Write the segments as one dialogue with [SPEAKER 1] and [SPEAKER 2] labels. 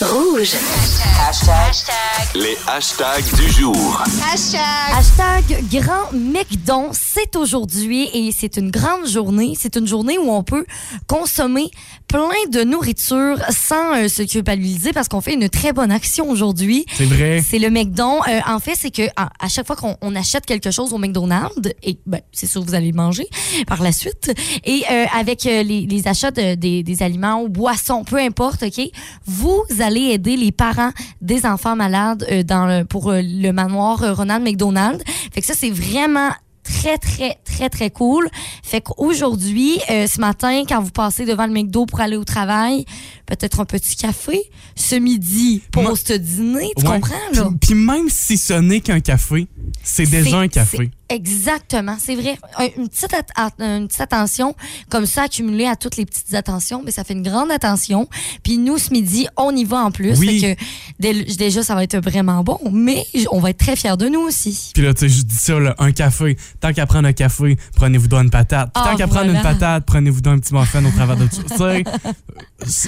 [SPEAKER 1] Rouge.
[SPEAKER 2] Les hashtags du jour.
[SPEAKER 3] Hashtag Grand McDon, c'est aujourd'hui et c'est une grande journée. C'est une journée où on peut consommer plein de nourriture sans euh, se culpabiliser parce qu'on fait une très bonne action aujourd'hui.
[SPEAKER 4] C'est vrai.
[SPEAKER 3] C'est le McDon. Euh, en fait, c'est que à, à chaque fois qu'on on achète quelque chose au McDonald's, et ben, c'est sûr que vous allez le manger par la suite, et euh, avec euh, les, les achats de- des, des aliments ou boissons, peu importe, OK, vous allez aider les parents des enfants malades euh, dans le- pour euh, le manoir euh, Ronald McDonald. Fait que ça, c'est vraiment très, très, très, très cool. Fait qu'aujourd'hui, euh, ce matin, quand vous passez devant le McDo pour aller au travail, peut-être un petit café. Ce midi,
[SPEAKER 4] Moi-
[SPEAKER 3] post-dîner, tu
[SPEAKER 4] Ouais.
[SPEAKER 3] comprends, là?
[SPEAKER 4] Puis, puis même si ce n'est qu'un café, c'est déjà un café.
[SPEAKER 3] c'est- Exactement, c'est vrai. Un- Une petite, at- at- une petite attention, comme ça, accumulée à toutes les petites attentions, mais ça fait une grande attention. Puis nous, ce midi, on y va en plus.
[SPEAKER 4] Oui.
[SPEAKER 3] Fait que dès- déjà, ça va être vraiment bon, mais j- on va être très fiers de nous aussi.
[SPEAKER 4] Puis là, tu sais, je dis ça, là, un café. Tant qu'à prendre un café, prenez-vous donc une patate. Puis
[SPEAKER 3] Ah,
[SPEAKER 4] tant qu'à
[SPEAKER 3] voilà.
[SPEAKER 4] prendre une patate, prenez-vous donc un petit muffin au travers de tout ça. Tu sais,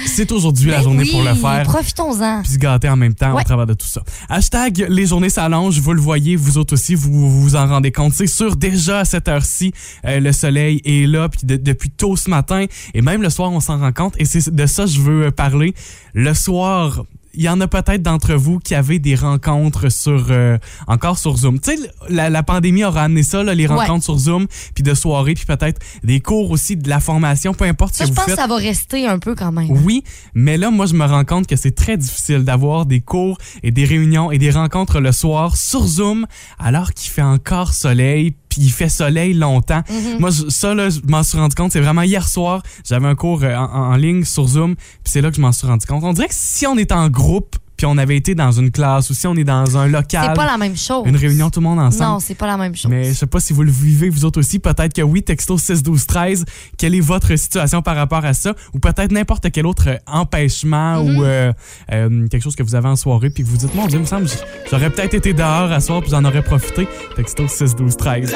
[SPEAKER 4] c'est- C'est aujourd'hui la
[SPEAKER 3] Ben
[SPEAKER 4] journée pour
[SPEAKER 3] oui,
[SPEAKER 4] le faire.
[SPEAKER 3] Profitons-en.
[SPEAKER 4] Puis se gâter en même temps
[SPEAKER 3] Ouais.
[SPEAKER 4] au travers de tout ça. Hashtag les journées s'allongent, vous le voyez, vous autres aussi, vous vous en rendez compte. C'est sûr, déjà à cette heure-ci, euh, le soleil est là puis de- depuis tôt ce matin et même le soir, on s'en rend compte. Et c'est de ça que je veux euh, parler. Le soir, il y en a peut-être d'entre vous qui avaient des rencontres sur euh, encore sur Zoom. Tu sais, la, la pandémie aura amené ça, là, les
[SPEAKER 3] Ouais.
[SPEAKER 4] rencontres sur Zoom, puis de soirée, puis peut-être des cours aussi de la formation, peu importe
[SPEAKER 3] Ça,
[SPEAKER 4] ce
[SPEAKER 3] je
[SPEAKER 4] que vous
[SPEAKER 3] pense
[SPEAKER 4] faites.
[SPEAKER 3] que ça va rester un peu quand même.
[SPEAKER 4] Oui, mais là, moi, je me rends compte que c'est très difficile d'avoir des cours et des réunions et des rencontres le soir sur Zoom alors qu'il fait encore soleil, puis il fait soleil longtemps.
[SPEAKER 3] Mhm.
[SPEAKER 4] Moi, je- ça, là, je m'en suis rendu compte. C'est vraiment hier soir, j'avais un cours euh, en, en ligne sur Zoom, puis c'est là que je m'en suis rendu compte. On dirait que si on est en groupe, puis on avait été dans une classe ou si on est dans un local,
[SPEAKER 3] C'est pas la même chose.
[SPEAKER 4] une réunion tout le monde ensemble.
[SPEAKER 3] Non, c'est pas la même chose.
[SPEAKER 4] Mais je sais pas si vous le vivez vous autres aussi. Peut-être que oui, texto 6 12 13. Quelle est votre situation par rapport à ça Ou peut-être n'importe quel autre euh, empêchement ou euh, euh, quelque chose que vous avez en soirée puis que vous dites mon Dieu, il me semble j- j'aurais peut-être été dehors à soir puis j'en aurais profité. Texto 6 12 13.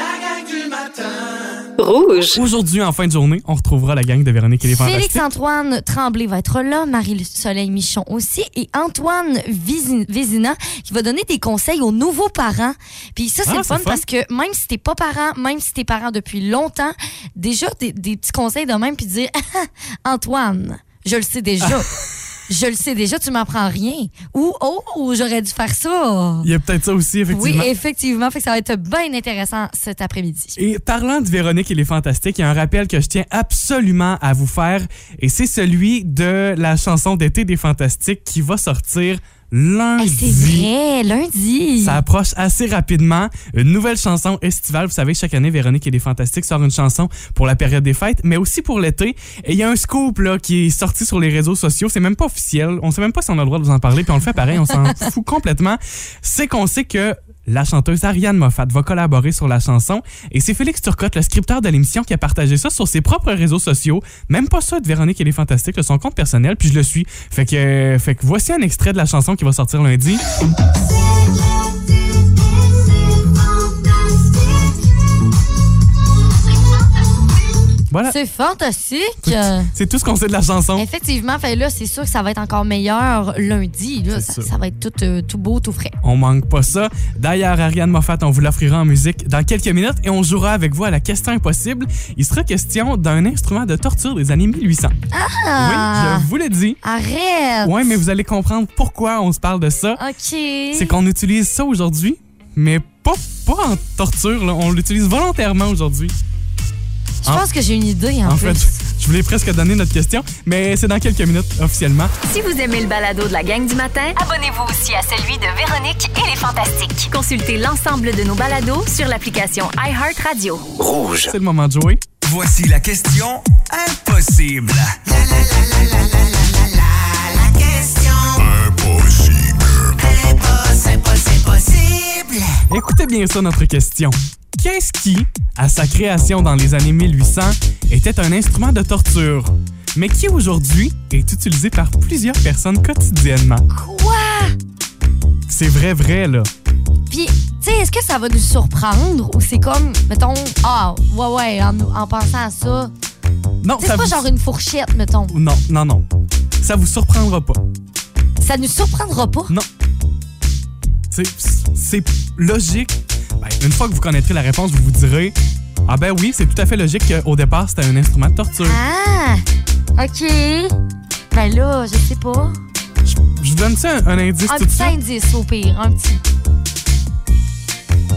[SPEAKER 1] Rouge.
[SPEAKER 4] Aujourd'hui en fin de journée, on retrouvera la gang de Véronique et les Fantastiques.
[SPEAKER 3] Félix-Antoine Tremblay va être là, Marie-Soleil Michon aussi, et Antoine Visi- Vézina qui va donner des conseils aux nouveaux parents. Puis ça, c'est
[SPEAKER 4] Ah,
[SPEAKER 3] le fun,
[SPEAKER 4] c'est fun.
[SPEAKER 3] parce que même si t'es pas parent, même si t'es parent depuis longtemps, déjà des, des petits conseils de même, puis dire Antoine, je le sais déjà. Je le sais déjà, tu m'apprends rien. Ou oh, j'aurais dû faire ça.
[SPEAKER 4] Il y a peut-être ça aussi
[SPEAKER 3] Oui,
[SPEAKER 4] effectivement.
[SPEAKER 3] effectivement, fait que ça va être bien intéressant cet après-midi.
[SPEAKER 4] Et parlant de Véronique et les Fantastiques, il y a un rappel que je tiens absolument à vous faire, et c'est celui de la chanson d'été des Fantastiques qui va sortir
[SPEAKER 3] Hey,
[SPEAKER 4] lundi.
[SPEAKER 3] c'est vrai, lundi.
[SPEAKER 4] Ça approche assez rapidement. Une nouvelle chanson estivale. Vous savez, chaque année, Véronique et les Fantastiques sort une chanson pour la période des fêtes, mais aussi pour l'été. Et il y a un scoop là, qui est sorti sur les réseaux sociaux. C'est même pas officiel. On sait même pas si on a le droit de vous en parler, puis on le fait pareil. On s'en fout complètement. C'est qu'on sait que la chanteuse Ariane Moffat va collaborer sur la chanson. Et c'est Félix Turcotte, le scripteur de l'émission, qui a partagé ça sur ses propres réseaux sociaux. Même pas ça de Véronique et les Fantastiques, là, son compte personnel, puis je le suis. Fait que, fait que voici un extrait de la chanson qui va sortir lundi. Voilà.
[SPEAKER 3] C'est fantastique.
[SPEAKER 4] C'est tout ce qu'on sait de la
[SPEAKER 3] Eh.
[SPEAKER 4] chanson.
[SPEAKER 3] Effectivement, fait là, c'est sûr que ça va être encore meilleur lundi. là.
[SPEAKER 4] C'est
[SPEAKER 3] Ça,
[SPEAKER 4] sûr.
[SPEAKER 3] ça va être tout, euh, tout beau, tout frais.
[SPEAKER 4] On manque pas ça. D'ailleurs, Ariane Moffat, on vous l'offrira en musique dans quelques minutes et on jouera avec vous à la question impossible. Il sera question d'un instrument de torture des années 1800.
[SPEAKER 3] Ah!
[SPEAKER 4] Oui, je vous le dis.
[SPEAKER 3] Arrête!
[SPEAKER 4] Oui, mais vous allez comprendre pourquoi on se parle de ça.
[SPEAKER 3] OK.
[SPEAKER 4] C'est qu'on utilise ça aujourd'hui, mais pas, pas en torture. là. On l'utilise volontairement aujourd'hui.
[SPEAKER 3] Je pense que j'ai une idée, en,
[SPEAKER 4] Ah. En
[SPEAKER 3] plus.
[SPEAKER 4] fait, je voulais presque donner notre question, mais c'est dans quelques minutes officiellement.
[SPEAKER 5] Si vous aimez le balado de la gang du matin, abonnez-vous aussi à celui de Véronique et les Fantastiques. Consultez l'ensemble de nos balados sur l'application iHeartRadio.
[SPEAKER 2] Rouge.
[SPEAKER 4] C'est le moment de jouer.
[SPEAKER 6] Voici la question impossible.
[SPEAKER 4] Écoutez bien ça, notre question. Qu'est-ce qui, à sa création dans les années 1800, était un instrument de torture, mais qui aujourd'hui est utilisé par plusieurs personnes quotidiennement?
[SPEAKER 3] Quoi?
[SPEAKER 4] C'est vrai, vrai, là.
[SPEAKER 3] Puis, tu sais, est-ce que ça va nous surprendre ou c'est comme, mettons, ah, ouais, ouais, en, en pensant à ça.
[SPEAKER 4] Non,
[SPEAKER 3] Tu sais, c'est pas
[SPEAKER 4] vous-
[SPEAKER 3] genre une fourchette, mettons.
[SPEAKER 4] Non, non, non. Ça vous surprendra pas.
[SPEAKER 3] Ça ne nous surprendra pas.
[SPEAKER 4] Non. Tu sais, C'est logique. Ben, une fois que vous connaîtrez la réponse, vous vous direz Ah ben oui, c'est tout à fait logique qu'au départ, c'était un instrument de torture.
[SPEAKER 3] Ah! OK. Ben là, je sais pas.
[SPEAKER 4] Je vous donne ça un, un indice
[SPEAKER 3] Un
[SPEAKER 4] tout de
[SPEAKER 3] petit
[SPEAKER 4] suite.
[SPEAKER 3] indice, au pire. Un petit.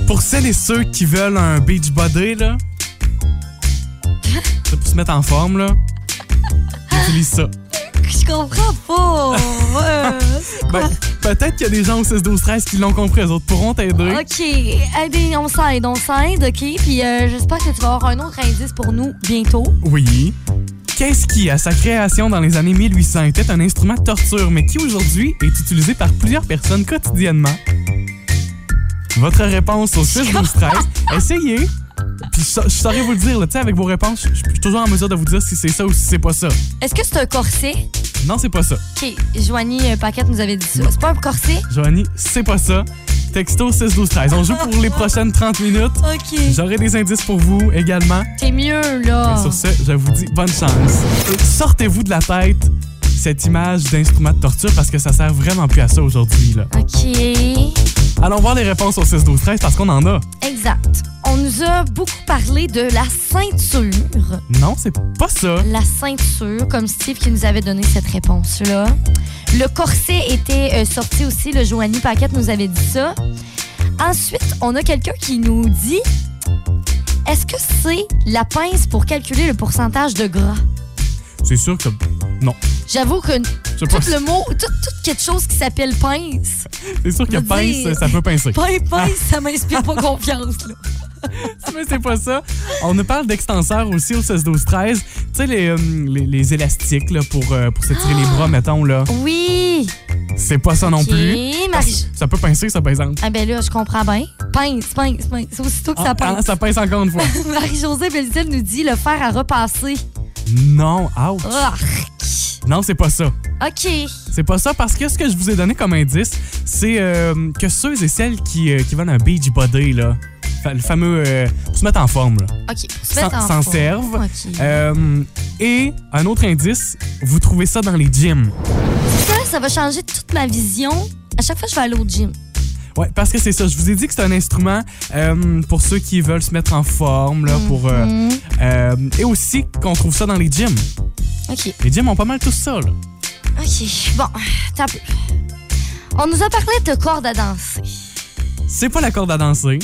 [SPEAKER 4] Pour celles et ceux qui veulent un beach body, là, c'est pour se mettre en forme, là, j'utilise ça.
[SPEAKER 3] Je comprends pas. Euh, c'est quoi?
[SPEAKER 4] Ben, peut-être qu'il y a des gens au 6-12-13 qui l'ont compris, les autres pourront t'aider.
[SPEAKER 3] OK. Aidez, on s'aide, on s'aide, OK? Puis euh, j'espère que tu vas avoir un autre indice pour nous bientôt.
[SPEAKER 4] Oui. Qu'est-ce qui, à sa création dans les années 1800, était un instrument de torture, mais qui aujourd'hui est utilisé par plusieurs personnes quotidiennement? Votre réponse au 6 12 13 essayez. Puis je sa- je saurais vous le dire, là, tu sais, avec vos réponses, je je suis toujours en mesure de vous dire si c'est ça ou si c'est pas ça.
[SPEAKER 3] Est-ce que c'est un corset?
[SPEAKER 4] Non, c'est pas ça.
[SPEAKER 3] OK. Joanie euh, Paquette nous avait dit ça. C'est pas un corset?
[SPEAKER 4] Joanie, c'est pas ça. Texto 6 12 13 On joue pour les prochaines 30 minutes.
[SPEAKER 3] OK.
[SPEAKER 4] J'aurai des indices pour vous également.
[SPEAKER 3] C'est mieux, là.
[SPEAKER 4] Mais sur ce, je vous dis bonne chance. Sortez-vous de la tête cette image d'instrument de torture parce que ça sert vraiment plus à ça aujourd'hui. là.
[SPEAKER 3] OK.
[SPEAKER 4] Allons voir les réponses au 6-12-13 parce qu'on en a.
[SPEAKER 3] Exact. On nous a beaucoup parlé de la ceinture.
[SPEAKER 4] Non, c'est pas ça.
[SPEAKER 3] La ceinture, comme Steve qui nous avait donné cette réponse-là. Le corset était euh, sorti aussi. Le Joanie Paquette nous avait dit ça. Ensuite, on a quelqu'un qui nous dit Est-ce que c'est la pince pour calculer le pourcentage de gras
[SPEAKER 4] C'est sûr que. Non.
[SPEAKER 3] J'avoue que tout
[SPEAKER 4] C'est pas
[SPEAKER 3] le mot, tout, tout quelque chose qui s'appelle pince,
[SPEAKER 4] C'est sûr que
[SPEAKER 3] me dire-
[SPEAKER 4] pince, ça peut pincer.
[SPEAKER 3] pince, pince,
[SPEAKER 4] Ah.
[SPEAKER 3] ça m'inspire pas confiance. Là.
[SPEAKER 4] Mais c'est pas ça. On nous parle d'extenseurs aussi au 6-12-13. Tu sais, les, euh, les, les élastiques là, pour, euh, pour s'étirer les bras, mettons. là.
[SPEAKER 3] Oui.
[SPEAKER 4] C'est pas ça non
[SPEAKER 3] Ok,
[SPEAKER 4] plus.
[SPEAKER 3] Marie-
[SPEAKER 4] Ça peut pincer, ça, par exemple.
[SPEAKER 3] Ah ben là, je comprends bien. Pince, pince, pince. C'est aussitôt que ça
[SPEAKER 4] Ah, ah,
[SPEAKER 3] pince.
[SPEAKER 4] ça pince encore une fois.
[SPEAKER 3] Marie-Josée Belzile nous dit le fer à repasser.
[SPEAKER 4] non, ouch.
[SPEAKER 3] Arc.
[SPEAKER 4] Non, c'est pas ça.
[SPEAKER 3] OK.
[SPEAKER 4] C'est pas ça parce que ce que je vous ai donné comme indice, c'est euh, que ceux et celles qui, euh, qui veulent un beach body, là, fa- le fameux euh, pour se mettre en forme, là,
[SPEAKER 3] OK. pour se
[SPEAKER 4] s'en-
[SPEAKER 3] mettre en
[SPEAKER 4] s'en
[SPEAKER 3] forme.
[SPEAKER 4] servent.
[SPEAKER 3] OK.
[SPEAKER 4] Euh, et un autre indice, vous trouvez ça dans les gyms.
[SPEAKER 3] Ça, ça va changer toute ma vision. À chaque fois, je vais aller au gym.
[SPEAKER 4] Ouais, parce que c'est ça. Je vous ai dit que c'est un instrument euh, pour ceux qui veulent se mettre en forme, là, pour euh,
[SPEAKER 3] Hmm.
[SPEAKER 4] euh, et aussi qu'on trouve ça dans les gyms.
[SPEAKER 3] OK.
[SPEAKER 4] Les gyms ont pas mal tout ça. Là.
[SPEAKER 3] OK. Bon, t'as un peu. On nous a parlé de corde à danser.
[SPEAKER 4] C'est pas la corde à danser,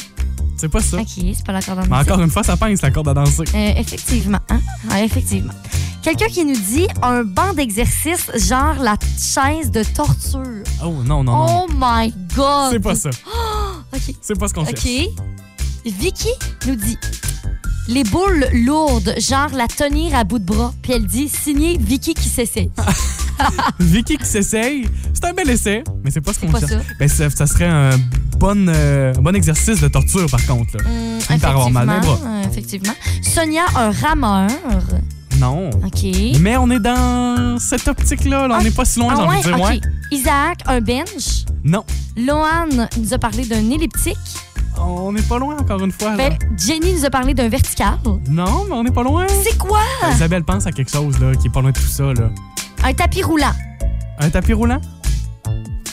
[SPEAKER 4] c'est pas ça.
[SPEAKER 3] OK, c'est pas la corde à danser.
[SPEAKER 4] Mais encore une fois, ça pince la corde à danser.
[SPEAKER 3] Euh, effectivement. Hein? Ouais, effectivement. Quelqu'un qui nous dit un banc d'exercice, genre la chaise de torture.
[SPEAKER 4] Oh non non non. non.
[SPEAKER 3] Oh my God!
[SPEAKER 4] C'est pas ça.
[SPEAKER 3] OK.
[SPEAKER 4] C'est pas ce qu'on cherche.
[SPEAKER 3] OK. Vicky nous dit les boules lourdes, genre la tenir à bout de bras. Puis elle dit signé Vicky qui s'essaie.
[SPEAKER 4] Vicky qui s'essaye, c'est un bel essai, mais c'est pas ce qu'on
[SPEAKER 3] pas
[SPEAKER 4] cherche.
[SPEAKER 3] ça.
[SPEAKER 4] Ben, ça, ça serait un bon, euh, un bon exercice de torture, par contre. là.
[SPEAKER 3] Hum,
[SPEAKER 4] Finit par avoir mal dans les
[SPEAKER 3] effectivement, euh, effectivement. Sonia, un rameur.
[SPEAKER 4] Non.
[SPEAKER 3] OK.
[SPEAKER 4] Mais on est dans cette optique-là. là. On
[SPEAKER 3] Ah,
[SPEAKER 4] n'est pas si loin, j'ai
[SPEAKER 3] Ah
[SPEAKER 4] envie
[SPEAKER 3] ouais,
[SPEAKER 4] de dire.
[SPEAKER 3] OK.
[SPEAKER 4] ouais.
[SPEAKER 3] Isaac, un bench.
[SPEAKER 4] Non.
[SPEAKER 3] Loane nous a parlé d'un elliptique.
[SPEAKER 4] On n'est pas loin, encore une fois. là.
[SPEAKER 3] Ben, Jenny nous a parlé d'un vertical.
[SPEAKER 4] Non, mais on n'est pas loin.
[SPEAKER 3] C'est quoi?
[SPEAKER 4] Isabelle pense à quelque chose là, qui est pas loin de tout ça. Là.
[SPEAKER 3] Un tapis roulant.
[SPEAKER 4] Un tapis roulant?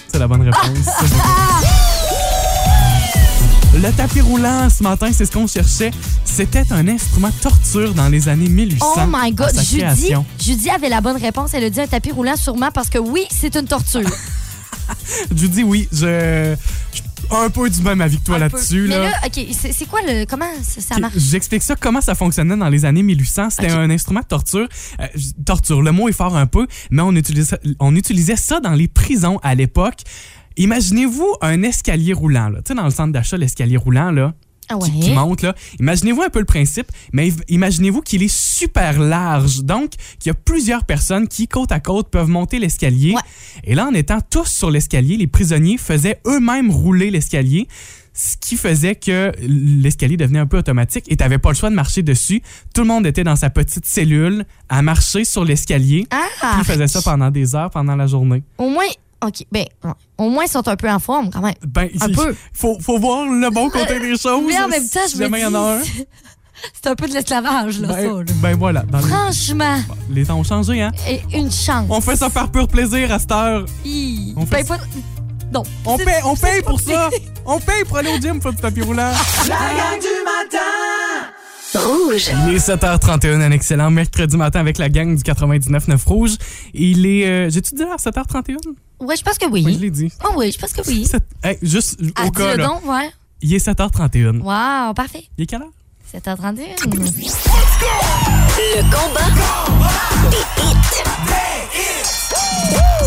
[SPEAKER 4] C'est la bonne réponse. Le tapis roulant, ce matin, c'est ce qu'on cherchait. C'était un instrument de torture dans les années 1800.
[SPEAKER 3] Oh my
[SPEAKER 4] à
[SPEAKER 3] God.
[SPEAKER 4] sa
[SPEAKER 3] Judy,
[SPEAKER 4] création.
[SPEAKER 3] Judy avait la bonne réponse. Elle a dit un tapis roulant sûrement parce que oui, c'est une torture.
[SPEAKER 4] Judy, oui, je... je suis un peu du même avis que toi
[SPEAKER 3] Un
[SPEAKER 4] là-dessus.
[SPEAKER 3] peu.
[SPEAKER 4] Là.
[SPEAKER 3] Mais là, OK, c'est c'est quoi le. Comment ça, ça
[SPEAKER 4] Ok,
[SPEAKER 3] marche?
[SPEAKER 4] J'explique ça, comment ça fonctionnait dans les années 1800. C'était
[SPEAKER 3] Ok.
[SPEAKER 4] un instrument de torture. Euh, j- torture, le mot est fort un peu, mais on utilisait, on utilisait ça dans les prisons à l'époque. Imaginez-vous un escalier roulant, là. tu sais, dans le centre d'achat, l'escalier roulant, là.
[SPEAKER 3] Ah
[SPEAKER 4] qui, qui monte là. Imaginez-vous un peu le principe, mais iv- imaginez-vous qu'il est super large. Donc, qu'il y a plusieurs personnes qui, côte à côte, peuvent monter l'escalier.
[SPEAKER 3] Ouais.
[SPEAKER 4] Et là, en étant tous sur l'escalier, les prisonniers faisaient eux-mêmes rouler l'escalier, ce qui faisait que l'escalier devenait un peu automatique et t'avais pas le choix de marcher dessus. Tout le monde était dans sa petite cellule à marcher sur l'escalier.
[SPEAKER 3] Ah!
[SPEAKER 4] Ils faisaient ça pendant des heures, pendant la journée.
[SPEAKER 3] Au moins, OK, ben, ouais. au moins, ils sont un peu en forme quand même.
[SPEAKER 4] Ben,
[SPEAKER 3] Un
[SPEAKER 4] il-
[SPEAKER 3] peu.
[SPEAKER 4] Faut, faut voir le bon côté des choses.
[SPEAKER 3] Mais en même temps, je
[SPEAKER 4] si
[SPEAKER 3] me
[SPEAKER 4] jamais il y en a un.
[SPEAKER 3] dis, c'est Ah! un peu de l'esclavage, là,
[SPEAKER 4] Ben,
[SPEAKER 3] ça. là.
[SPEAKER 4] ben voilà, dans le-
[SPEAKER 3] Franchement,
[SPEAKER 4] les temps ont changé, hein?
[SPEAKER 3] et une chance.
[SPEAKER 4] On fait ça par pur plaisir à cette heure.
[SPEAKER 3] Hi.
[SPEAKER 4] On
[SPEAKER 3] Ben,
[SPEAKER 4] fait ça.
[SPEAKER 3] pas- Non.
[SPEAKER 4] On
[SPEAKER 3] C'est-
[SPEAKER 4] paye, on
[SPEAKER 3] c'est
[SPEAKER 4] paye
[SPEAKER 3] pas-
[SPEAKER 4] pour ça! On paye pour aller au gym, faire du tapis roulant! Il est 7h31, un excellent mercredi matin avec la gang du 99.9 Rouge. Il est... euh, J'ai-tu dit l'heure 7h31?
[SPEAKER 3] Ouais, je pense que
[SPEAKER 4] Oui, je l'ai
[SPEAKER 3] oui.
[SPEAKER 4] dit.
[SPEAKER 3] Ah oui, je pense que oui.
[SPEAKER 4] Sept- hey, juste
[SPEAKER 3] Ah,
[SPEAKER 4] au cas,
[SPEAKER 3] dis-le
[SPEAKER 4] là.
[SPEAKER 3] donc, ouais.
[SPEAKER 4] il est 7h31.
[SPEAKER 3] Wow, parfait.
[SPEAKER 4] Il est quelle heure?
[SPEAKER 3] 7h31.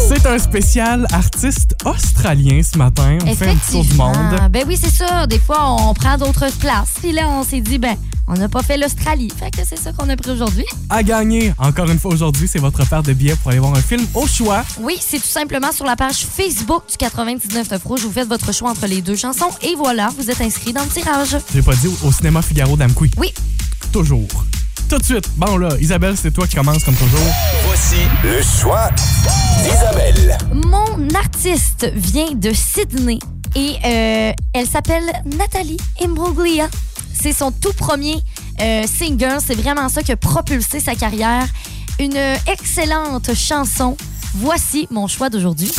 [SPEAKER 4] C'est un spécial artiste australien ce matin. On fait un petit tour du monde.
[SPEAKER 3] Effectivement. Ben oui, c'est sûr. Des fois, on prend d'autres places. Puis là, on s'est dit, ben, on n'a pas fait l'Australie. Fait que c'est ça qu'on a pris aujourd'hui.
[SPEAKER 4] À gagner, encore une fois aujourd'hui, c'est votre paire de billets pour aller voir un film au choix.
[SPEAKER 3] Oui, c'est tout simplement sur la page Facebook du 99 Rouge. Vous faites votre choix entre les deux chansons et voilà, vous êtes inscrit dans le tirage.
[SPEAKER 4] J'ai pas dit au, au cinéma Figaro d'Amqui.
[SPEAKER 3] Oui.
[SPEAKER 4] Toujours. Tout de suite. Bon là, Isabelle, c'est toi qui commence comme toujours.
[SPEAKER 2] Voici le choix d'Isabelle.
[SPEAKER 3] Mon artiste vient de Sydney et euh, elle s'appelle Nathalie Imbruglia. C'est son tout premier euh, single. C'est vraiment ça qui a propulsé sa carrière. Une excellente chanson. Voici mon choix d'aujourd'hui.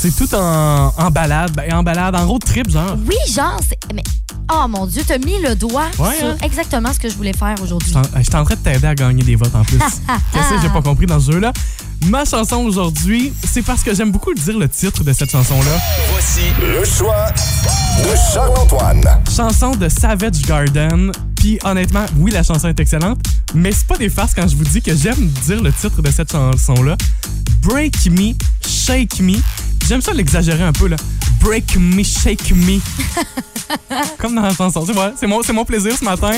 [SPEAKER 4] C'est tout en, en balade, ben, en balade, en road trip genre.
[SPEAKER 3] Oui, genre, c'est. Mais. Oh mon Dieu, t'as mis le doigt
[SPEAKER 4] Ouais,
[SPEAKER 3] sur
[SPEAKER 4] hein?
[SPEAKER 3] exactement ce que je voulais faire aujourd'hui.
[SPEAKER 4] Je t'en- je suis en train de t'aider à gagner des votes en plus. Qu'est-ce que j'ai pas compris dans ce jeu-là? Ma chanson aujourd'hui, c'est parce que j'aime beaucoup dire le titre de cette chanson-là.
[SPEAKER 2] Voici le choix de Charles-Antoine.
[SPEAKER 4] Chanson de Savage Garden. Puis honnêtement, oui, la chanson est excellente, mais c'est pas des farces quand je vous dis que j'aime dire le titre de cette chanson-là. Break me, shake me. J'aime ça l'exagérer un peu, là. Break me, shake me. Comme dans la chanson. Tu vois, c'est mon, c'est mon plaisir ce matin.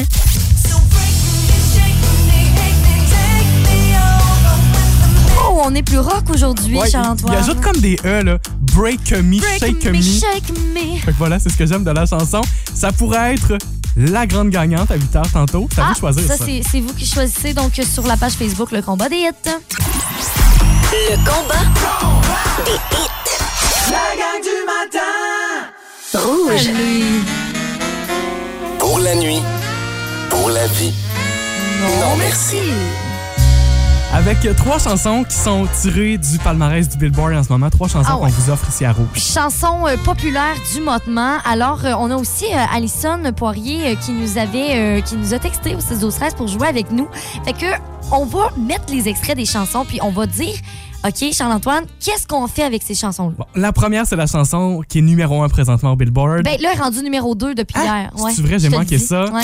[SPEAKER 3] Oh, on est plus rock aujourd'hui,
[SPEAKER 4] Ouais, il
[SPEAKER 3] Charles-Antoine.
[SPEAKER 4] il ajoute comme des E, là. Break me,
[SPEAKER 3] Break
[SPEAKER 4] shake
[SPEAKER 3] me,
[SPEAKER 4] me.
[SPEAKER 3] shake me.
[SPEAKER 4] Fait que voilà, c'est ce que j'aime de la chanson. Ça pourrait être la grande gagnante à 8 heures tantôt. T'as
[SPEAKER 3] Ah,
[SPEAKER 4] vu choisir ça.
[SPEAKER 3] ça, c'est c'est vous qui choisissez donc euh, sur la page Facebook Le Combat des Hits.
[SPEAKER 2] Pour la nuit, pour la vie. Non, merci.
[SPEAKER 4] Avec euh, trois chansons qui sont tirées du palmarès du Billboard en ce moment. Trois chansons
[SPEAKER 3] Ah ouais.
[SPEAKER 4] qu'on vous offre ici à Rouge.
[SPEAKER 3] Chanson euh, populaire du motement. Alors, euh, on a aussi euh, Alison Poirier euh, qui nous avait, euh, qui nous a texté au 6 13 pour jouer avec nous. Fait que, on va mettre les extraits des chansons, puis on va dire, OK, Charles-Antoine, qu'est-ce qu'on fait avec ces chansons-là?
[SPEAKER 4] Bon, la première, c'est la chanson qui est numéro un présentement au Billboard.
[SPEAKER 3] Ben, là, rendu numéro 2 depuis hier.
[SPEAKER 4] Ah, c'est-tu
[SPEAKER 3] Ouais,
[SPEAKER 4] vrai?
[SPEAKER 3] je
[SPEAKER 4] J'ai
[SPEAKER 3] te le
[SPEAKER 4] manqué
[SPEAKER 3] dis.
[SPEAKER 4] ça.
[SPEAKER 3] Ouais.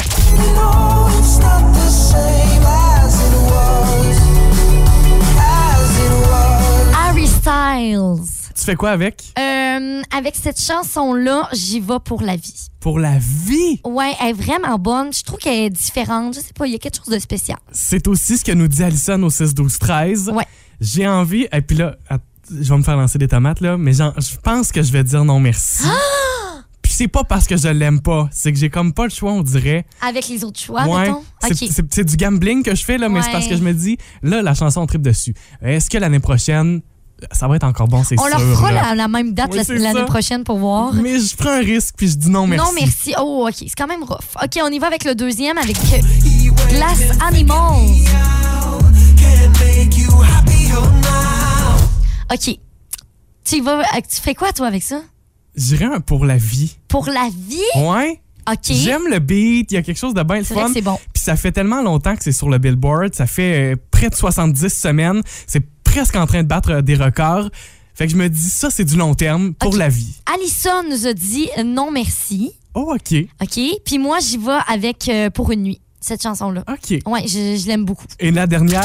[SPEAKER 3] Harry Styles.
[SPEAKER 4] Tu fais quoi avec?
[SPEAKER 3] Euh, avec cette chanson-là, j'y vais pour la vie.
[SPEAKER 4] Pour la vie!
[SPEAKER 3] Ouais, elle est vraiment bonne. Je trouve qu'elle est différente. Je sais pas, il y a quelque chose de spécial.
[SPEAKER 4] C'est aussi ce que nous dit Alison au 6-12-13.
[SPEAKER 3] Ouais.
[SPEAKER 4] J'ai envie... Et puis là, att- je vais me faire lancer des tomates, là, mais genre, je pense que je vais dire non merci.
[SPEAKER 3] Ah!
[SPEAKER 4] Puis c'est pas parce que je l'aime pas, c'est que j'ai comme pas le choix, on dirait.
[SPEAKER 3] Avec les autres choix,
[SPEAKER 4] Ouais.
[SPEAKER 3] mettons.
[SPEAKER 4] C'est-
[SPEAKER 3] OK.
[SPEAKER 4] c'est- C'est du gambling que je fais, là, mais
[SPEAKER 3] Ouais.
[SPEAKER 4] c'est parce que je me dis, là, la chanson, on tripe dessus. Est-ce que l'année prochaine, ça va être encore bon, c'est
[SPEAKER 3] On
[SPEAKER 4] sûr.
[SPEAKER 3] leur fera
[SPEAKER 4] là.
[SPEAKER 3] la, la même date
[SPEAKER 4] Oui,
[SPEAKER 3] la-
[SPEAKER 4] c'est
[SPEAKER 3] l'année
[SPEAKER 4] ça.
[SPEAKER 3] prochaine pour voir.
[SPEAKER 4] Mais je prends un risque, puis je dis non merci.
[SPEAKER 3] Non, merci. Oh, OK. C'est quand même rough. OK, on y va avec le deuxième, avec euh, Glass Animals. OK. Tu y vas, euh, tu fais quoi, toi, avec ça?
[SPEAKER 4] J'irais un pour la vie.
[SPEAKER 3] Pour la vie?
[SPEAKER 4] Ouais.
[SPEAKER 3] OK.
[SPEAKER 4] J'aime le beat, il y a quelque chose de bien le
[SPEAKER 3] C'est vrai
[SPEAKER 4] fun.
[SPEAKER 3] que c'est bon.
[SPEAKER 4] Puis ça fait tellement longtemps que c'est sur le Billboard, ça fait euh, près de 70 semaines, c'est presque en train de battre euh, des records. Fait que je me dis ça c'est du long terme pour
[SPEAKER 3] Ok.
[SPEAKER 4] la vie.
[SPEAKER 3] Alison nous a dit euh, non, merci.
[SPEAKER 4] Oh OK.
[SPEAKER 3] OK? Puis moi, j'y vais avec euh, Pour une nuit, cette chanson-là.
[SPEAKER 4] OK.
[SPEAKER 3] Ouais, je, je l'aime beaucoup.
[SPEAKER 4] Et la dernière,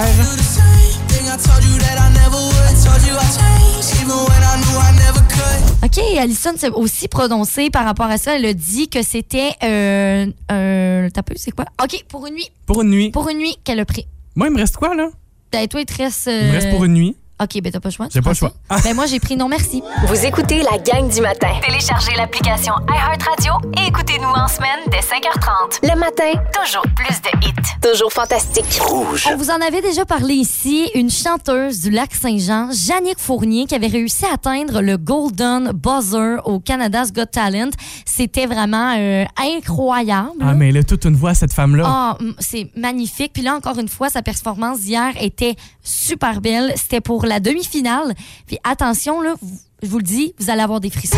[SPEAKER 3] OK, Alison s'est aussi prononcée par rapport à ça. Elle a dit que c'était. Euh, euh, T'as peu, c'est quoi? OK, pour une nuit.
[SPEAKER 4] pour une nuit.
[SPEAKER 3] Pour une nuit qu'elle a pris.
[SPEAKER 4] Moi il me reste quoi là
[SPEAKER 3] Ben, toi, il te reste.
[SPEAKER 4] Il me reste pour une nuit.
[SPEAKER 3] OK, ben t'as pas le choix. tu
[SPEAKER 4] J'ai pas le
[SPEAKER 3] prends
[SPEAKER 4] choix. Ah.
[SPEAKER 3] ça. Ben moi, j'ai pris non merci.
[SPEAKER 5] Vous écoutez la gang du matin. Téléchargez l'application iHeartRadio et écoutez-nous en semaine dès 5h30. Le matin, toujours plus de hits. Toujours fantastique.
[SPEAKER 2] Rouge.
[SPEAKER 3] On vous en avait déjà parlé ici, une chanteuse du lac Saint-Jean, Jannick Fournier, qui avait réussi à atteindre le Golden Buzzer au Canada's Got Talent. C'était vraiment euh, incroyable.
[SPEAKER 4] Ah, mais elle a toute une voix, cette femme-là.
[SPEAKER 3] Ah, m- c'est magnifique. Puis là, encore une fois, sa performance d'hier était super belle. C'était pour la demi-finale. Puis attention, là, vous- je vous le dis, vous allez avoir des frissons.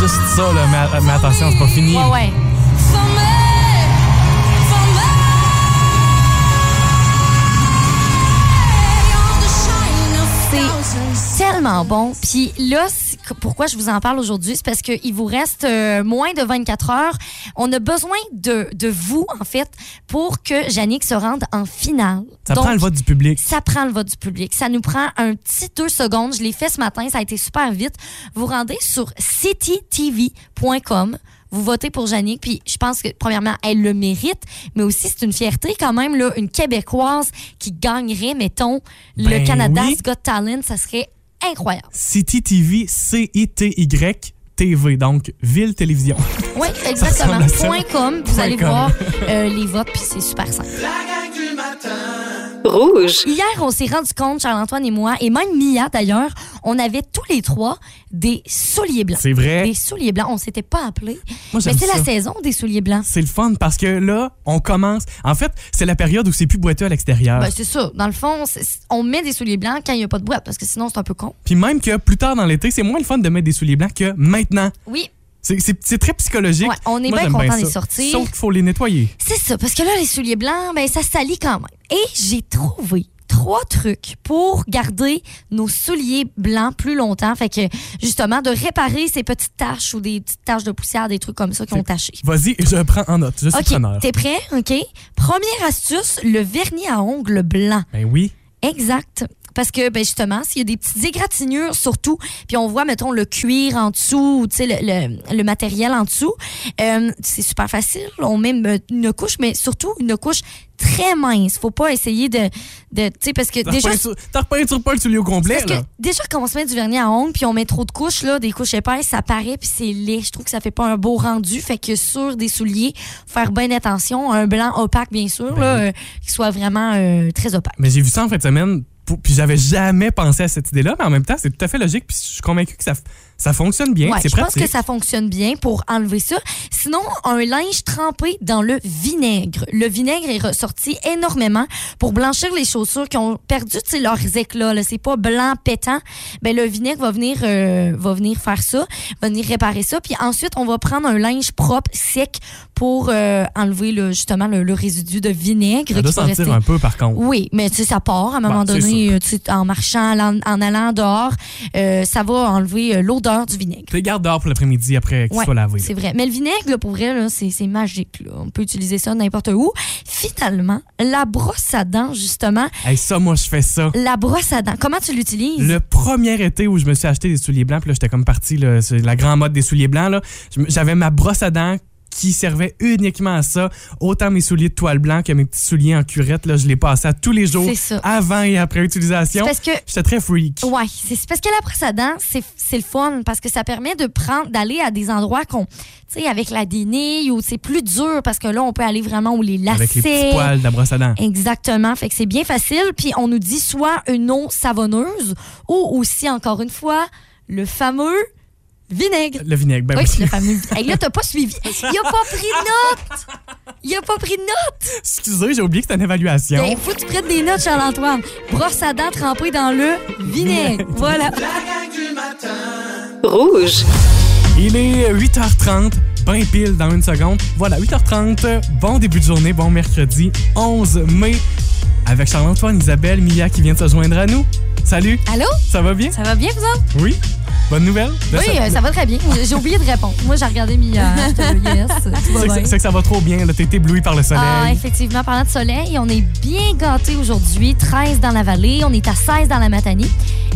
[SPEAKER 4] Juste ça, là, mais, mais attention, c'est pas fini.
[SPEAKER 3] Ouais, ouais. Tellement bon. Puis là, c'est- pourquoi je vous en parle aujourd'hui, c'est parce qu'il vous reste euh, moins de 24 heures. On a besoin de, de vous, en fait, pour que Yannick se rende en finale.
[SPEAKER 4] Ça
[SPEAKER 3] Donc,
[SPEAKER 4] prend le vote du public.
[SPEAKER 3] Ça prend le vote du public. Ça nous prend un petit deux secondes. Je l'ai fait ce matin. Ça a été super vite. Vous rendez sur citytv.com. Vous votez pour Jannick, puis je pense que, premièrement, elle le mérite, mais aussi, c'est une fierté quand même, là, une Québécoise qui gagnerait, mettons, le
[SPEAKER 4] Ben
[SPEAKER 3] Canada's
[SPEAKER 4] oui.
[SPEAKER 3] Got Talent. Ça serait incroyable.
[SPEAKER 4] City TV, C-I-T-Y TV, donc Ville Télévision.
[SPEAKER 3] Oui,
[SPEAKER 4] ressemble
[SPEAKER 3] exactement.
[SPEAKER 4] à ça.
[SPEAKER 3] Point com, vous
[SPEAKER 4] Point
[SPEAKER 3] allez
[SPEAKER 4] com.
[SPEAKER 3] voir euh, les votes, puis c'est super simple.
[SPEAKER 5] Rouge.
[SPEAKER 3] Hier, on s'est rendu compte, Charles-Antoine et moi, et même Mia d'ailleurs, on avait tous les trois des souliers blancs.
[SPEAKER 4] C'est vrai.
[SPEAKER 3] Des souliers blancs. On s'était pas appelés.
[SPEAKER 4] Moi,
[SPEAKER 3] mais
[SPEAKER 4] j'aime
[SPEAKER 3] c'est la
[SPEAKER 4] ça.
[SPEAKER 3] saison des souliers blancs.
[SPEAKER 4] C'est le fun parce que là, on commence. En fait, c'est la période où c'est plus boiteux à l'extérieur.
[SPEAKER 3] Ben, c'est ça. Dans le fond, c'est- c'est- on met des souliers blancs quand il n'y a pas de boîte, parce que sinon, c'est un peu con.
[SPEAKER 4] Puis même que plus tard dans l'été, c'est moins le fun de mettre des souliers blancs que maintenant.
[SPEAKER 3] Oui,
[SPEAKER 4] C'est- C'est c'est très psychologique.
[SPEAKER 3] Ouais, on est
[SPEAKER 4] Moi,
[SPEAKER 3] bien
[SPEAKER 4] j'aime
[SPEAKER 3] content
[SPEAKER 4] ça.
[SPEAKER 3] d'y sortir.
[SPEAKER 4] Sauf qu'il faut les nettoyer.
[SPEAKER 3] c'est ça. Parce que là, les souliers blancs, ben, ça salit quand même. Et j'ai trouvé trois trucs pour garder nos souliers blancs plus longtemps. Fait que, justement, de réparer ces petites taches ou des petites taches de poussière, des trucs comme ça qui ont taché.
[SPEAKER 4] Vas-y, je prends en note. Je suis
[SPEAKER 3] OK,
[SPEAKER 4] preneur.
[SPEAKER 3] t'es prêt? OK. Première astuce, le vernis à ongles blanc.
[SPEAKER 4] Ben oui.
[SPEAKER 3] Exact. Parce que, ben justement, s'il y a des petites égratignures surtout, puis on voit, mettons, le cuir en dessous, ou, tu sais, le, le- le matériel en dessous, euh, c'est super facile. On met me- une couche, mais surtout une couche très mince. Faut pas essayer de... de tu sais, parce que
[SPEAKER 4] T'as
[SPEAKER 3] déjà...
[SPEAKER 4] repeinture- T'as repeinture pas le soulier au complet,
[SPEAKER 3] Parce
[SPEAKER 4] là.
[SPEAKER 3] que déjà quand on se met du vernis à ongles puis on met trop de couches là, des couches épaisses, ça paraît puis c'est laid. Je trouve que ça fait pas un beau rendu. Fait que sur des souliers, faire bien attention. Un blanc opaque bien sûr, là, euh, qui soit vraiment euh, très opaque.
[SPEAKER 4] Mais j'ai vu ça en fin de semaine, pour- puis j'avais jamais pensé à cette idée-là, mais en même temps, c'est tout à fait logique, puis je suis convaincu que ça, ça fonctionne bien,
[SPEAKER 3] Ouais,
[SPEAKER 4] c'est
[SPEAKER 3] je pense
[SPEAKER 4] pratique.
[SPEAKER 3] que ça fonctionne bien pour enlever ça. Sinon, un linge trempé dans le vinaigre. Le vinaigre est ressorti énormément pour blanchir les chaussures qui ont perdu tu sais, leurs éclats. là. C'est pas blanc pétant. Ben, le vinaigre va venir, euh, va venir faire ça, va venir réparer ça. Puis ensuite, on va prendre un linge propre, sec, pour euh, enlever le, justement le, le résidu de vinaigre
[SPEAKER 4] Ça doit
[SPEAKER 3] qui va
[SPEAKER 4] sentir
[SPEAKER 3] rester.
[SPEAKER 4] un peu, par contre.
[SPEAKER 3] Oui, mais tu sais, ça part à un moment
[SPEAKER 4] Bon, c'est
[SPEAKER 3] donné, euh, tu sais, en marchant, en, en allant dehors, euh, ça va enlever euh, l'odeur du vinaigre.
[SPEAKER 4] T'es garde dehors pour l'après-midi après qu'il
[SPEAKER 3] Ouais,
[SPEAKER 4] soit lavé. là.
[SPEAKER 3] C'est vrai. Mais le vinaigre, là, pour vrai, là, c'est c'est magique. là. On peut utiliser ça n'importe où. Finalement, la brosse à dents, justement,
[SPEAKER 4] Hey, ça, moi, je fais ça.
[SPEAKER 3] la brosse à dents, comment tu l'utilises?
[SPEAKER 4] Le premier été où je me suis acheté des souliers blancs, puis là, j'étais comme parti, là, c'est la grande mode des souliers blancs, là. Je me- J'avais ma brosse à dents qui servait uniquement à ça. Autant mes souliers de toile blanc que mes petits souliers en curette, là, je les passais à tous les jours,
[SPEAKER 3] C'est ça.
[SPEAKER 4] avant et après utilisation.
[SPEAKER 3] C'est parce que.
[SPEAKER 4] J'étais très freak.
[SPEAKER 3] Ouais, c'est c'est parce que la brosse à dents, c'est c'est le fun parce que ça permet de prendre d'aller à des endroits qu'on, tu sais, avec la dénille ou c'est plus dur parce que là on peut aller vraiment où les lacets.
[SPEAKER 4] Avec les petits poils de la brosse à dents.
[SPEAKER 3] Exactement. Fait que c'est bien facile. Puis on nous dit soit une eau savonneuse ou aussi, encore une fois, le fameux vinaigre.
[SPEAKER 4] Le vinaigre, ben
[SPEAKER 3] Oui,
[SPEAKER 4] oui.
[SPEAKER 3] le fameux vinaigre. Hey, là, t'as pas suivi. Il a pas pris de notes. Il a pas pris de notes.
[SPEAKER 4] Excusez, j'ai oublié que c'était une évaluation.
[SPEAKER 3] Ben, faut que tu prennes des notes, Charles-Antoine. Brosse à dents trempée dans le vinaigre. Voilà.
[SPEAKER 4] Il est 8h30, ben pile dans une seconde. Voilà, 8h30, bon début de journée, bon mercredi 11 mai, avec Charles-Antoine, Isabelle, Mia qui vient de se joindre à nous. Salut,
[SPEAKER 3] Allô?
[SPEAKER 4] ça va bien?
[SPEAKER 3] Ça va bien, vous autres?
[SPEAKER 4] Oui? Bonne nouvelle? De
[SPEAKER 3] Oui,
[SPEAKER 4] ça-
[SPEAKER 3] euh, ça va très bien. J'ai oublié de répondre. Moi, j'ai regardé Mia. Je te- Yes, tout va
[SPEAKER 4] C'est
[SPEAKER 3] bien.
[SPEAKER 4] que, c'est que ça va trop bien, là, t'es ébloui par le soleil.
[SPEAKER 3] Ah, effectivement, parlant de soleil, on est bien gâtés aujourd'hui. 13 dans la vallée, on est à 16 dans la matinée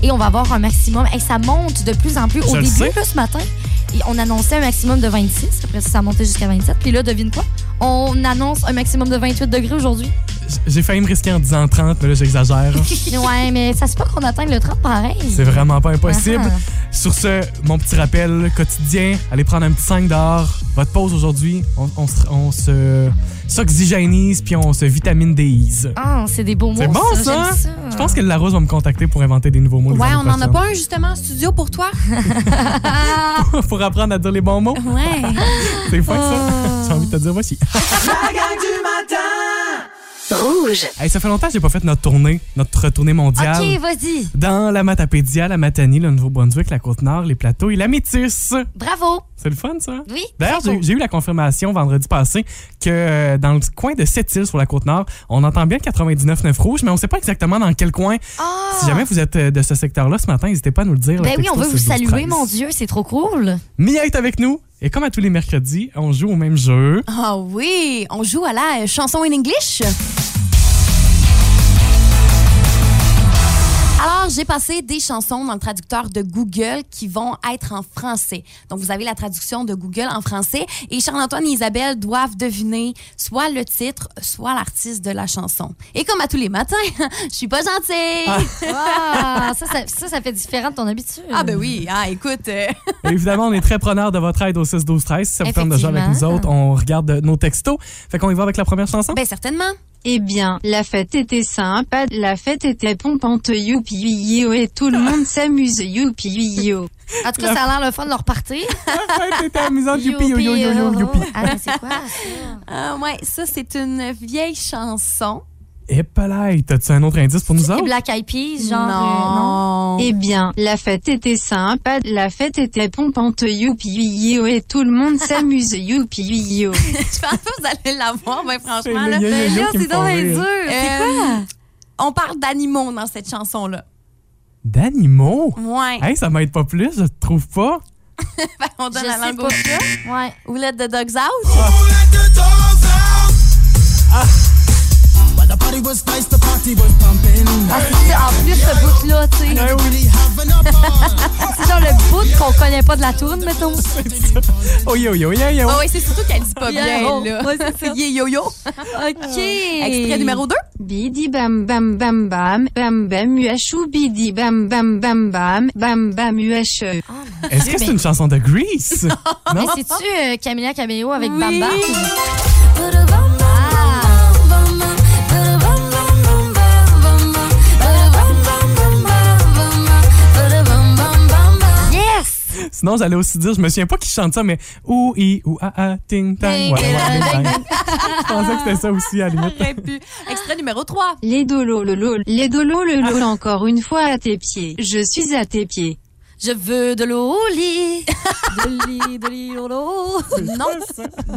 [SPEAKER 3] et on va avoir un maximum. Et ça monte de plus en plus. Au
[SPEAKER 4] Je le
[SPEAKER 3] début,
[SPEAKER 4] sais.
[SPEAKER 3] là, ce matin, on annonçait un maximum de 26. Après ça, ça a monté jusqu'à 27. Puis là, devine quoi? On annonce un maximum de 28 degrés aujourd'hui.
[SPEAKER 4] J'ai failli me risquer en disant 30, mais là, j'exagère.
[SPEAKER 3] ouais, mais ça se peut qu'on atteigne le 30 pareil.
[SPEAKER 4] C'est vraiment pas impossible.
[SPEAKER 3] Ah,
[SPEAKER 4] Uh-huh. Sur ce, mon petit rappel quotidien, allez prendre un petit 5 dehors. Votre pause aujourd'hui, on, on, on se s'oxygénise puis on se vitamine Dise.
[SPEAKER 3] Ah, c'est des beaux mots.
[SPEAKER 4] C'est bon ça. ça. ça. Je pense que la Rose va me contacter pour inventer des nouveaux mots.
[SPEAKER 1] Ouais, on n'en a pas un justement en studio pour toi.
[SPEAKER 4] pour apprendre à dire les bons mots.
[SPEAKER 1] Ouais.
[SPEAKER 4] c'est fou
[SPEAKER 3] Ah.
[SPEAKER 4] ça. J'ai envie de te dire voici.
[SPEAKER 7] la gang du matin. Rouge.
[SPEAKER 4] Hey, ça fait longtemps que j'ai pas fait notre tournée, notre tournée mondiale.
[SPEAKER 3] OK, vas-y.
[SPEAKER 4] Dans la Matapédia, la Matanie, le Nouveau-Brunswick, la Côte-Nord, les Plateaux et la Métis.
[SPEAKER 3] Bravo.
[SPEAKER 4] C'est le fun, ça?
[SPEAKER 3] Oui.
[SPEAKER 4] D'ailleurs, j'ai, j'ai eu la confirmation vendredi passé que euh, dans le coin de Sept-Îles, sur la Côte-Nord, on entend bien 99-9 rouge, mais on sait pas exactement dans quel coin.
[SPEAKER 3] Oh.
[SPEAKER 4] Si jamais vous êtes euh, de ce secteur-là ce matin, n'hésitez pas à nous le dire.
[SPEAKER 3] Ben oui, on veut vous saluer, mon Dieu, c'est trop cool.
[SPEAKER 4] Mia est avec nous. Et comme à tous les mercredis, on joue au même jeu.
[SPEAKER 1] Ah oh oui, on joue à la euh, chanson in English. Alors, j'ai passé des chansons dans le traducteur de Google qui vont être en français. Donc, vous avez la traduction de Google en français et Charles-Antoine et Isabelle doivent deviner soit le titre, soit l'artiste de la chanson. Et comme à tous les matins, je suis pas gentille.
[SPEAKER 3] Ah. Wow, ça, ça, ça, ça, fait différent de ton habitude.
[SPEAKER 1] Ah ben oui, ah, écoute. Euh...
[SPEAKER 4] Évidemment, on est très preneur de votre aide au 6-12-13. Si ça vous tente de jouer avec nous autres, on regarde nos textos. Fait qu'on y va avec la première chanson?
[SPEAKER 1] Ben certainement.
[SPEAKER 8] Eh bien, la fête était sympa, la fête était pompante, youpi yo, et tout le monde s'amuse, youpi yo.
[SPEAKER 3] En tout cas, la... ça a l'air le fun de leur partir.
[SPEAKER 4] La fête était amusante, Oh, youpi yo, yo, yo, yo, youpi.
[SPEAKER 3] Ah, mais c'est quoi
[SPEAKER 1] ça? Euh, ouais, ça, c'est une vieille chanson.
[SPEAKER 4] Hippolyte, t'as-tu un autre indice pour nous autres?
[SPEAKER 3] Black Eyed Peas, genre...
[SPEAKER 1] Non.
[SPEAKER 8] Euh, non. Eh bien, la fête était sympa, la fête était pompante, youpi yo, et tout le monde s'amuse, youpi yo.
[SPEAKER 1] Je pense pas que vous allez l'avoir, mais franchement, là,
[SPEAKER 4] yo, yo, yo
[SPEAKER 1] c'est
[SPEAKER 4] donc
[SPEAKER 1] dur.
[SPEAKER 3] Euh,
[SPEAKER 1] C'est quoi? On parle d'animaux dans cette chanson-là.
[SPEAKER 4] D'animaux?
[SPEAKER 1] Ouais.
[SPEAKER 4] Hey, ça m'aide pas plus, je trouve pas.
[SPEAKER 1] ben, on donne
[SPEAKER 3] je
[SPEAKER 1] la langue au
[SPEAKER 3] chat. Ouais.
[SPEAKER 1] Ou let the dogs out. Let the dogs out! Ah.
[SPEAKER 3] Ah, c'est, en plus, ce bout-là, tu sais.
[SPEAKER 4] Ah, oui.
[SPEAKER 3] c'est genre le bout qu'on connaît pas de la tourne, mettons.
[SPEAKER 4] oh, yo, yo, yo, yo.
[SPEAKER 1] Oh, oui, c'est surtout qu'elle dit pas
[SPEAKER 3] yeah,
[SPEAKER 1] bien,
[SPEAKER 3] oh.
[SPEAKER 1] là.
[SPEAKER 3] Ouais, c'est ça.
[SPEAKER 1] Yeah, yo, yo.
[SPEAKER 3] OK.
[SPEAKER 1] Extrait numéro 2.
[SPEAKER 8] Bidi bam bam bam bam, bam bam uachu, bidi bam bam bam bam, bam bam E. uachu.
[SPEAKER 4] Oh, Est-ce Dieu, que c'est mais... une chanson de Grease?
[SPEAKER 3] non? Mais c'est-tu euh, Camilla Cabello avec
[SPEAKER 1] oui.
[SPEAKER 3] Bam
[SPEAKER 1] Bam?
[SPEAKER 4] Sinon, j'allais aussi dire, je me souviens pas qui chante ça, mais ou i ou a a ting tang. Ouais, je pensais que c'était ça aussi à la
[SPEAKER 1] limite. Extrait numéro Ah. 3.
[SPEAKER 8] Les dolo lolo, les dolo lolo, encore une fois à tes pieds. Je suis à tes pieds.
[SPEAKER 3] Je veux de l'eau au lit. De lit, de lit, l'eau.
[SPEAKER 1] Non,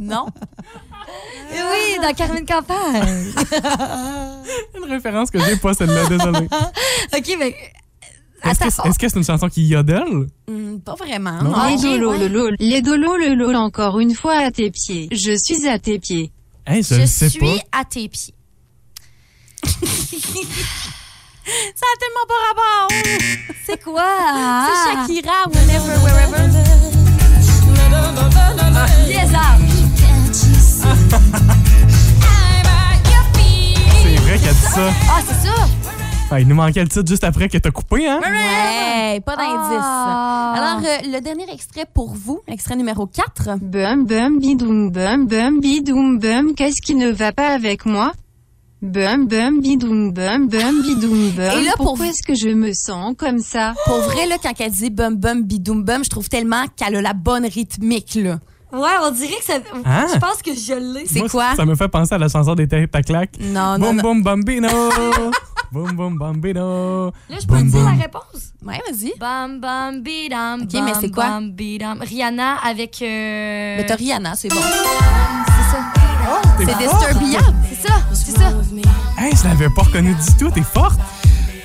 [SPEAKER 1] non.
[SPEAKER 3] Oui, dans Carmen Campagne.
[SPEAKER 4] Une référence que j'ai pas, celle-là, désolée.
[SPEAKER 3] OK, ben, mais
[SPEAKER 4] est-ce que, c'est, est-ce que c'est une chanson qui yodel?
[SPEAKER 1] Mm, pas vraiment.
[SPEAKER 8] Non. Les dolos, le lol. Les dolos, le lol, encore une fois à tes pieds. Je suis à tes pieds.
[SPEAKER 4] Hey, je
[SPEAKER 3] je
[SPEAKER 4] sais
[SPEAKER 3] suis
[SPEAKER 4] pas.
[SPEAKER 3] à tes pieds.
[SPEAKER 1] Ça a tellement pas rapport.
[SPEAKER 3] c'est quoi? Ah.
[SPEAKER 1] C'est Shakira, whenever, wherever. Ah. Yes,
[SPEAKER 4] C'est vrai qu'elle dit ça.
[SPEAKER 3] Ah, c'est ça?
[SPEAKER 4] Ah, il nous manquait le titre juste après que t'as coupé, hein?
[SPEAKER 1] Ouais, pas d'indice. Oh. Alors, euh, le dernier extrait pour vous, extrait numéro 4.
[SPEAKER 8] Bum, bum, bidoum, bum, bum, bidoum, bum, qu'est-ce qui ne va pas avec moi? Bum, bum, bidoum, bum, bum, bidoum, bum.
[SPEAKER 1] Et là, pour
[SPEAKER 8] Pourquoi est-ce que je me sens comme ça?
[SPEAKER 1] Pour vrai, là, quand elle dit bum, bum, bidoum, bum, je trouve tellement qu'elle a la bonne rythmique, là.
[SPEAKER 3] Ouais, on dirait que ça.
[SPEAKER 4] Hein?
[SPEAKER 3] Je pense que je l'ai.
[SPEAKER 1] C'est
[SPEAKER 4] Moi,
[SPEAKER 1] quoi?
[SPEAKER 4] Ça me fait penser à la chanson des têtes à claque.
[SPEAKER 1] Non, non.
[SPEAKER 4] Boum,
[SPEAKER 1] non.
[SPEAKER 4] boum, bambino! boum, boum, bambino!
[SPEAKER 3] Là, je peux
[SPEAKER 4] Boum,
[SPEAKER 3] te dire
[SPEAKER 4] boum.
[SPEAKER 3] la réponse?
[SPEAKER 1] Ouais, vas-y.
[SPEAKER 3] Bam, bam, bidam.
[SPEAKER 1] Ok,
[SPEAKER 3] bam,
[SPEAKER 1] mais c'est quoi?
[SPEAKER 3] Bam, bidam. Rihanna avec. euh,
[SPEAKER 1] Mais t'as Rihanna, c'est bon.
[SPEAKER 3] C'est ça.
[SPEAKER 4] T'es
[SPEAKER 1] C'est
[SPEAKER 4] forte.
[SPEAKER 1] Disturbia.
[SPEAKER 3] C'est ça. C'est ça.
[SPEAKER 4] Hey, je l'avais pas reconnu du tout, t'es forte!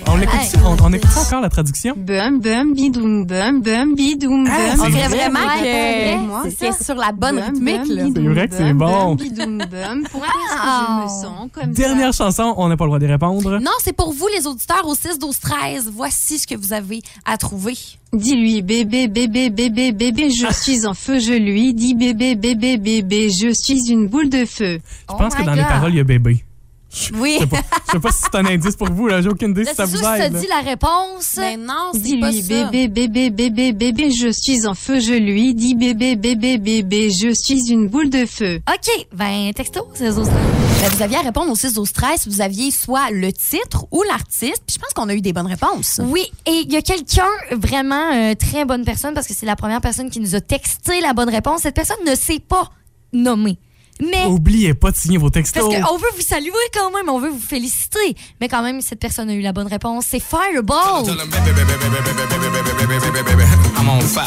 [SPEAKER 4] On l'écoute
[SPEAKER 3] Hey.
[SPEAKER 4] on, on écoute ça encore la traduction?
[SPEAKER 8] Bum bum bidoum bum bum bidoum bum.
[SPEAKER 4] Ah,
[SPEAKER 1] On
[SPEAKER 4] C'est
[SPEAKER 1] dirait
[SPEAKER 4] vrai,
[SPEAKER 1] vraiment
[SPEAKER 3] ouais,
[SPEAKER 1] que-
[SPEAKER 8] ouais,
[SPEAKER 1] que
[SPEAKER 8] c'est
[SPEAKER 1] euh, c'est sur la bonne
[SPEAKER 8] Bum,
[SPEAKER 1] rythmique.
[SPEAKER 8] bum,
[SPEAKER 1] Là.
[SPEAKER 8] bidoum,
[SPEAKER 4] C'est vrai que c'est
[SPEAKER 8] bum,
[SPEAKER 4] bon.
[SPEAKER 8] bum, bidoum, bum. Pourquoi est-ce que je me sens comme ça?
[SPEAKER 4] Dernière chanson, on n'a pas le droit d'y répondre.
[SPEAKER 1] Non, c'est pour vous, les auditeurs, au 6, 12, 13. Voici ce que vous avez à trouver.
[SPEAKER 8] Dis-lui bébé bébé bébé bébé je suis en feu je lui dis bébé bébé bébé je suis une boule de feu.
[SPEAKER 4] Je pense que dans les paroles, il y a bébé.
[SPEAKER 1] Oui.
[SPEAKER 4] Je sais pas, je sais pas si c'est un indice pour vous, là. J'ai aucune idée si
[SPEAKER 3] Là,
[SPEAKER 4] ça
[SPEAKER 3] c'est
[SPEAKER 4] vous
[SPEAKER 3] sûr que tu
[SPEAKER 4] aide.
[SPEAKER 3] te
[SPEAKER 4] là.
[SPEAKER 3] dis la réponse.
[SPEAKER 1] Mais non, c'est pas
[SPEAKER 8] Dis-lui
[SPEAKER 1] ça.
[SPEAKER 8] bébé bébé bébé bébé je suis en feu je lui dis bébé bébé bébé je suis une boule de feu.
[SPEAKER 3] OK, ben texto, c'est ça.
[SPEAKER 1] Ben, vous aviez à répondre au 6, 12, 13. Vous aviez soit le titre ou l'artiste. Puis je pense qu'on a eu des bonnes réponses.
[SPEAKER 3] Oui, et il y a quelqu'un, vraiment euh, très bonne personne, parce que c'est la première personne qui nous a texté la bonne réponse. Cette personne ne s'est pas nommée. Mais,
[SPEAKER 4] Oubliez pas de signer vos textos.
[SPEAKER 3] parce qu'on veut vous saluer quand même, on veut vous féliciter. Mais quand même, cette personne a eu la bonne réponse. C'est Fireball.
[SPEAKER 6] I'm on fire.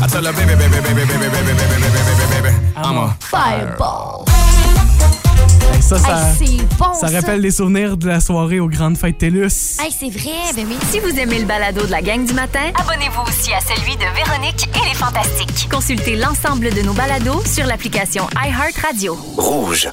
[SPEAKER 6] I tell her, baby, baby, baby, baby, baby, baby, baby, baby, I'm on
[SPEAKER 3] Fireball.
[SPEAKER 4] Hey, ça, ça,
[SPEAKER 3] oh, Hey, c'est bon,
[SPEAKER 4] ça rappelle les souvenirs de la soirée aux grandes fêtes TELUS.
[SPEAKER 3] Hey, c'est vrai, ben oui.
[SPEAKER 9] Si vous aimez le balado de la gang du matin,
[SPEAKER 5] Abonnez-vous aussi à celui de Véronique et les Fantastiques.
[SPEAKER 9] consultez l'ensemble de nos balados sur l'application iHeartRadio.
[SPEAKER 2] Rouge.